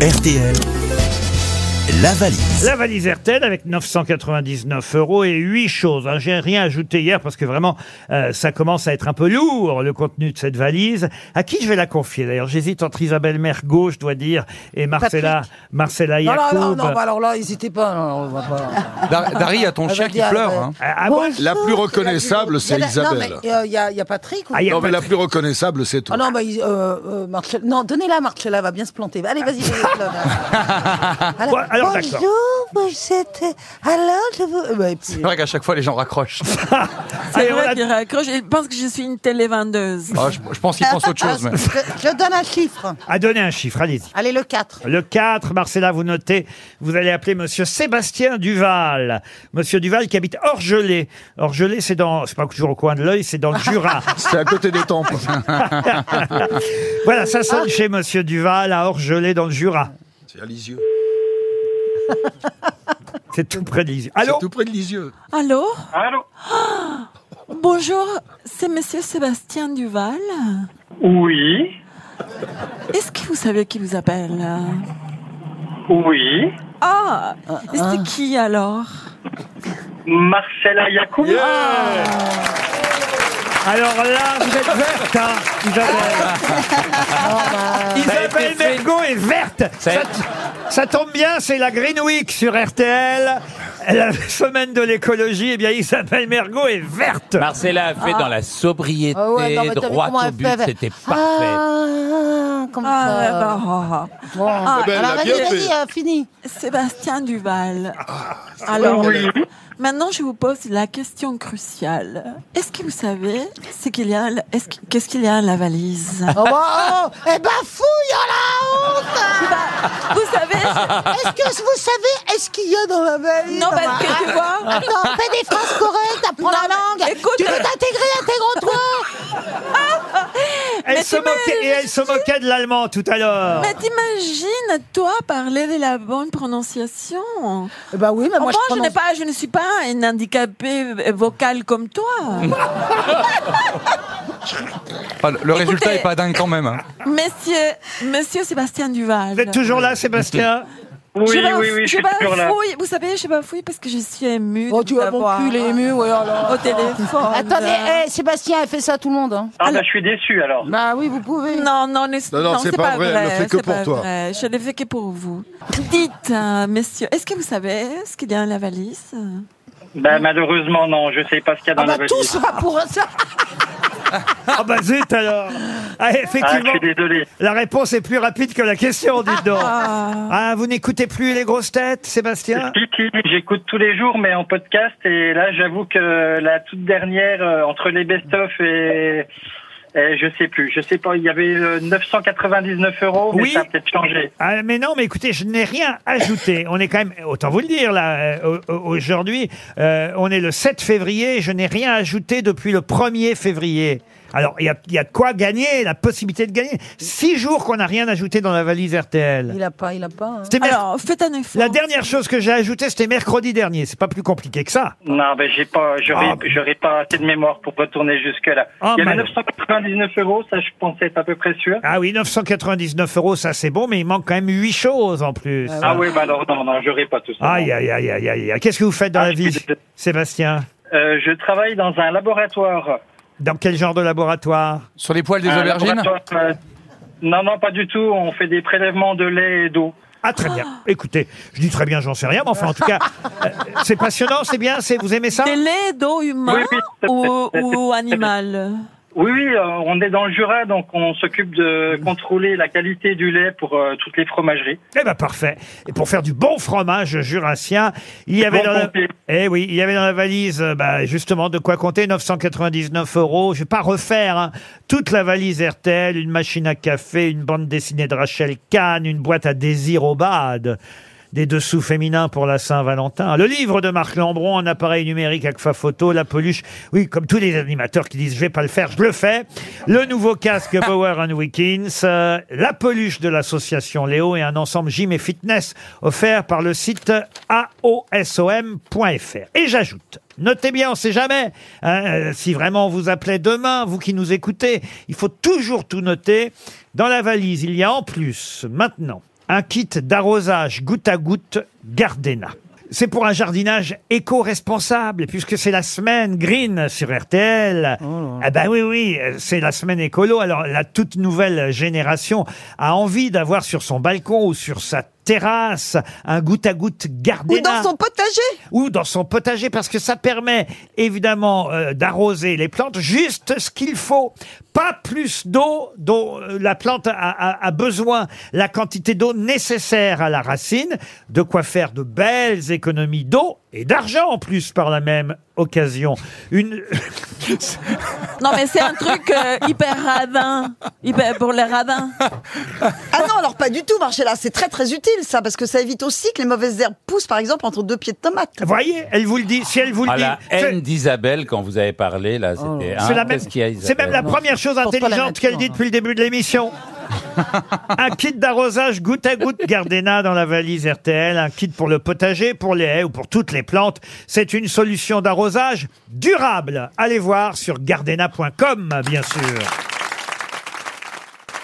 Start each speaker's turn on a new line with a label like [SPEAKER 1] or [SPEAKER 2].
[SPEAKER 1] RTL, la valise.
[SPEAKER 2] La valise RTL avec 999 euros et huit choses. hein. J'ai rien ajouté hier parce que vraiment, euh, ça commence à être un peu lourd, le contenu de cette valise. À qui je vais la confier d'ailleurs J'hésite entre Isabelle Mergo, je dois dire, et Marcella, Marcella
[SPEAKER 3] Non, non,
[SPEAKER 2] Yacoub.
[SPEAKER 3] non, non, bah alors là, n'hésitez pas. non, non, on va pas.
[SPEAKER 4] Dar- Dari a ton
[SPEAKER 3] Elle va
[SPEAKER 4] chien qui
[SPEAKER 3] dire,
[SPEAKER 4] pleure.
[SPEAKER 3] euh,
[SPEAKER 4] hein.
[SPEAKER 2] Ah, ah bon
[SPEAKER 5] La plus reconnaissable,
[SPEAKER 3] Il
[SPEAKER 5] c'est
[SPEAKER 3] y a la-
[SPEAKER 5] Isabelle.
[SPEAKER 3] Non, mais euh, il y, a- il y a Patrick. ou-
[SPEAKER 2] Ah, il y a
[SPEAKER 5] Non, mais la
[SPEAKER 2] Patrick.
[SPEAKER 5] plus reconnaissable, c'est
[SPEAKER 3] Ah
[SPEAKER 5] toi.
[SPEAKER 3] non, bah, il- euh, euh, Marcella- non, donnez-la, Marcella va bien se planter. Allez, vas-y, vas-y, donne-la. Alors,
[SPEAKER 2] Bon, alors, d'accord.
[SPEAKER 3] bonjour, moi, c'était- Alors, je vous. Euh, bah, et puis-
[SPEAKER 4] C'est vrai qu'à chaque fois, les gens raccrochent.
[SPEAKER 2] Allez,
[SPEAKER 6] C'est
[SPEAKER 2] on
[SPEAKER 6] vrai
[SPEAKER 2] a-
[SPEAKER 6] qu'il raccroche. Il pense que je suis une télévendeuse.
[SPEAKER 4] Ah, je, je pense qu'ils pensent autre chose. mais-
[SPEAKER 3] je, je donne un chiffre.
[SPEAKER 2] à donner un chiffre, allez-y.
[SPEAKER 3] Allez, le 4.
[SPEAKER 2] Le 4, Marcella, vous notez, vous allez appeler monsieur Sébastien Duval. Monsieur Duval qui habite Orgelais. Orgelais, c'est dans, c'est pas toujours au coin de l'œil, c'est dans le Jura.
[SPEAKER 5] C'est à côté des temples.
[SPEAKER 2] voilà, ça sonne chez monsieur Duval à Orgelais dans le Jura.
[SPEAKER 5] C'est à Lisieux.
[SPEAKER 2] C'est tout près de l'Isère.
[SPEAKER 5] C'est
[SPEAKER 2] Allô
[SPEAKER 5] tout près de Lisieux.
[SPEAKER 6] Allô
[SPEAKER 7] Ah.
[SPEAKER 6] Ah,
[SPEAKER 7] Allô
[SPEAKER 6] Bonjour, c'est Monsieur Sébastien Duval.
[SPEAKER 7] Oui,
[SPEAKER 6] Est-ce que vous savez qui vous appelle
[SPEAKER 7] oui.
[SPEAKER 6] Ah, et c'est qui alors
[SPEAKER 7] Marcella Yacoub
[SPEAKER 2] Alors là, vous êtes verte, hein, Isabelle. Isabelle Mergo est verte. Ça, ça tombe bien, c'est la Green Week sur RTL. La semaine de l'écologie, eh bien Isabelle Mergo est verte.
[SPEAKER 4] Bah.
[SPEAKER 8] Marcella a fait dans la sobriété,
[SPEAKER 3] Ah ouais, non, mais t'as vu
[SPEAKER 8] droit
[SPEAKER 3] comment
[SPEAKER 8] au
[SPEAKER 3] elle
[SPEAKER 8] but,
[SPEAKER 3] fait avec-
[SPEAKER 8] c'était parfait.
[SPEAKER 3] Ah, comme
[SPEAKER 6] ah,
[SPEAKER 3] ça.
[SPEAKER 6] bah, ah, ah.
[SPEAKER 3] Bon.
[SPEAKER 6] Ah,
[SPEAKER 5] Eh ben, elle
[SPEAKER 3] alors,
[SPEAKER 5] a
[SPEAKER 3] vas-y,
[SPEAKER 5] bien
[SPEAKER 3] vas-y,
[SPEAKER 5] fait.
[SPEAKER 3] euh, fini.
[SPEAKER 6] Sébastien Duval. Alors,
[SPEAKER 7] Oui.
[SPEAKER 6] maintenant je vous pose la question cruciale. Est-ce que vous savez ce qu'il y a, est-ce que- qu'est-ce qu'il y a à la valise
[SPEAKER 3] Oh, bah, oh, eh ben, fouille, oh la honte
[SPEAKER 6] Vous savez
[SPEAKER 3] Est-ce que vous savez, est-ce qu'il y a dans la valise
[SPEAKER 6] Non, parce que tu vois-
[SPEAKER 3] Attends, fais des phrases correctes, apprends
[SPEAKER 6] Non,
[SPEAKER 3] Ah. la
[SPEAKER 6] mais
[SPEAKER 3] langue.
[SPEAKER 6] écoute-
[SPEAKER 3] tu veux t'intégrer, intègre-toi.
[SPEAKER 2] Elle
[SPEAKER 6] Mais
[SPEAKER 2] se
[SPEAKER 6] tu m'as-
[SPEAKER 2] moquait, et elle se moquait de l'allemand tout à l'heure.
[SPEAKER 6] Mais t'imagines, toi, parler de la bonne prononciation Moi,
[SPEAKER 3] Eh ben oui, mais moi,
[SPEAKER 6] je,
[SPEAKER 3] je,
[SPEAKER 6] n'ai
[SPEAKER 3] prononce-
[SPEAKER 6] pas, je ne suis pas un handicapé vocal comme toi.
[SPEAKER 4] Enfin, Ah, le résultat n'est pas dingue quand même. hein.
[SPEAKER 6] monsieur, monsieur Sébastien Duval.
[SPEAKER 2] Vous êtes toujours là, Sébastien
[SPEAKER 7] Oui,
[SPEAKER 6] je Oh, bafouille-
[SPEAKER 7] oui, oui, je suis toujours là.
[SPEAKER 6] bafouille. Vous savez, je bafouille parce que je suis émue.
[SPEAKER 3] Oh,
[SPEAKER 6] de
[SPEAKER 3] tu
[SPEAKER 6] vous
[SPEAKER 3] as mon
[SPEAKER 6] avoir
[SPEAKER 3] cul, les ému, ouais, alors.
[SPEAKER 6] Au téléphone.
[SPEAKER 3] Attendez, eh, Sébastien, elle fait ça tout le monde. Hein.
[SPEAKER 7] Ah bah je suis déçu alors.
[SPEAKER 3] Bah oui, vous pouvez.
[SPEAKER 6] Non, non, ne-
[SPEAKER 5] Non, non, c'est pas vrai, elle le fait que
[SPEAKER 6] c'est
[SPEAKER 5] pour
[SPEAKER 6] pas
[SPEAKER 5] toi.
[SPEAKER 6] vrai. Je l'ai fait que pour vous. Dites, euh, monsieur, est-ce que vous savez ce qu'il y a dans la valise
[SPEAKER 7] Bah malheureusement non, je sais pas ce qu'il y a dans
[SPEAKER 3] Ah bah
[SPEAKER 7] la
[SPEAKER 3] tout
[SPEAKER 7] valise.
[SPEAKER 3] sera pour ça.
[SPEAKER 2] Ah bah zut alors Ah,
[SPEAKER 7] Ah, je
[SPEAKER 2] Effectivement,
[SPEAKER 7] suis désolé.
[SPEAKER 2] la réponse est plus rapide que la question, dites donc.
[SPEAKER 6] Ah.
[SPEAKER 2] Ah, vous n'écoutez plus les grosses têtes, Sébastien
[SPEAKER 7] Si, si, J'écoute tous les jours, mais en podcast. Et là, j'avoue que la toute dernière, euh, entre les best-of et, et je sais plus, je sais pas, il y avait euh, 999 euros, mais
[SPEAKER 2] Oui.
[SPEAKER 7] ça a peut-être changé.
[SPEAKER 2] Ah, mais non, mais écoutez, je n'ai rien ajouté. On est quand même, autant vous le dire, là, euh, au- au- aujourd'hui, euh, on est le 7 février, je n'ai rien ajouté depuis le 1er février. Alors, il y a, il y a de quoi gagner, la possibilité de gagner. Six jours qu'on n'a rien ajouté dans la valise RTL.
[SPEAKER 3] Il a pas, il a pas. hein.
[SPEAKER 2] C'était merc-
[SPEAKER 6] Alors, faites un effort.
[SPEAKER 2] La dernière chose que j'ai ajoutée, c'était mercredi dernier. C'est pas plus compliqué que ça.
[SPEAKER 7] Non, ben j'ai pas, j'aurais,
[SPEAKER 2] Ah.
[SPEAKER 7] j'aurais pas assez de mémoire pour retourner jusque là.
[SPEAKER 2] Ah,
[SPEAKER 7] il y avait
[SPEAKER 2] malheureux.
[SPEAKER 7] 999 euros, ça je pensais être à peu près sûr.
[SPEAKER 2] Ah oui, 999 euros, ça c'est bon, mais il manque quand même huit choses en plus.
[SPEAKER 7] Ah oui, bah alors non, non, j'aurais pas tout ça.
[SPEAKER 2] Aïe, aïe, aïe, aïe, aïe, aïe. Qu'est-ce que vous faites dans
[SPEAKER 7] Ah,
[SPEAKER 2] la
[SPEAKER 7] je suis
[SPEAKER 2] vie,
[SPEAKER 7] désolé.
[SPEAKER 2] Sébastien
[SPEAKER 7] Euh, je travaille dans un laboratoire.
[SPEAKER 2] Dans quel genre de laboratoire
[SPEAKER 4] Sur les poils des
[SPEAKER 8] Ah,
[SPEAKER 7] Un
[SPEAKER 4] aubergines
[SPEAKER 7] laboratoire, euh, Non, non, pas du tout. On fait des prélèvements de lait et d'eau.
[SPEAKER 2] Ah très bien. Écoutez, je dis très bien, j'en sais rien, mais enfin en tout cas, euh, c'est passionnant, c'est bien, c'est vous aimez ça
[SPEAKER 6] Des laits d'eau humain
[SPEAKER 7] Oui, oui.
[SPEAKER 6] ou, ou animal
[SPEAKER 7] Oui, oui, euh, on est dans le Jura, donc on s'occupe de contrôler la qualité du lait pour euh, toutes les fromageries.
[SPEAKER 2] Eh ben parfait. Et pour faire du bon fromage jurassien, il y avait
[SPEAKER 7] Bon
[SPEAKER 2] dans la...
[SPEAKER 7] pompier.
[SPEAKER 2] Eh oui, il y avait dans la valise, euh, bah, justement, de quoi compter 999 euros. Je vais pas refaire hein, toute la valise RTL, une machine à café, une bande dessinée de Rachel Kahn, une boîte à désir au bad. Des dessous féminins pour la Saint-Valentin. Le livre de Marc Lambron, un appareil numérique Agfa Photo, la peluche. Oui, comme tous les animateurs qui disent je vais pas le faire, je le fais. Le nouveau casque Bauer and Wilkins, euh, la peluche de l'association Léo et un ensemble gym et fitness offert par le site aosom.fr. Et j'ajoute, notez bien, on sait jamais, hein, euh, si vraiment on vous appelez demain, vous qui nous écoutez, il faut toujours tout noter. Dans la valise, il y a en plus, maintenant, un kit d'arrosage goutte à goutte Gardena. C'est pour un jardinage éco-responsable, et puisque c'est la semaine green sur RTL. ah ben oui, oui, euh, c'est la semaine écolo. Alors la toute nouvelle génération a envie d'avoir sur son balcon ou sur sa terrasse un goutte à goutte Gardena
[SPEAKER 3] Ou dans son potager
[SPEAKER 2] ou dans son potager parce que ça permet évidemment euh, d'arroser les plantes juste ce qu'il faut. Pas plus d'eau dont euh, la plante a, a- a besoin, la quantité d'eau nécessaire à la racine, de quoi faire de belles économies d'eau et d'argent en plus par la même occasion. Une...
[SPEAKER 6] Non, mais c'est un truc euh, hyper radin. Hyper pour les radins.
[SPEAKER 3] Ah non, alors pas du tout, Marcella. C'est très très utile ça, parce que ça évite aussi que les mauvaises herbes poussent, par exemple, entre deux pieds de tomate.
[SPEAKER 2] voyez, elle vous le dit, si elle vous le
[SPEAKER 8] Ah, la
[SPEAKER 2] dit. c'est-
[SPEAKER 8] haine d'Isabelle, quand vous avez parlé, là,
[SPEAKER 3] Oh.
[SPEAKER 8] c'était... hein,
[SPEAKER 2] C'est la même,
[SPEAKER 8] qu'est-ce qu'il y a,
[SPEAKER 2] c'est même la
[SPEAKER 8] Isabelle
[SPEAKER 2] première chose
[SPEAKER 3] porte pas la
[SPEAKER 2] intelligente qu'elle
[SPEAKER 3] nature,
[SPEAKER 2] dit
[SPEAKER 3] hein.
[SPEAKER 2] depuis le début de l'émission. un kit d'arrosage goutte à goutte Gardena dans la valise RTL, un kit pour le potager, pour les haies ou pour toutes les plantes. C'est une solution d'arrosage durable. Allez voir sur gardena.com, bien sûr.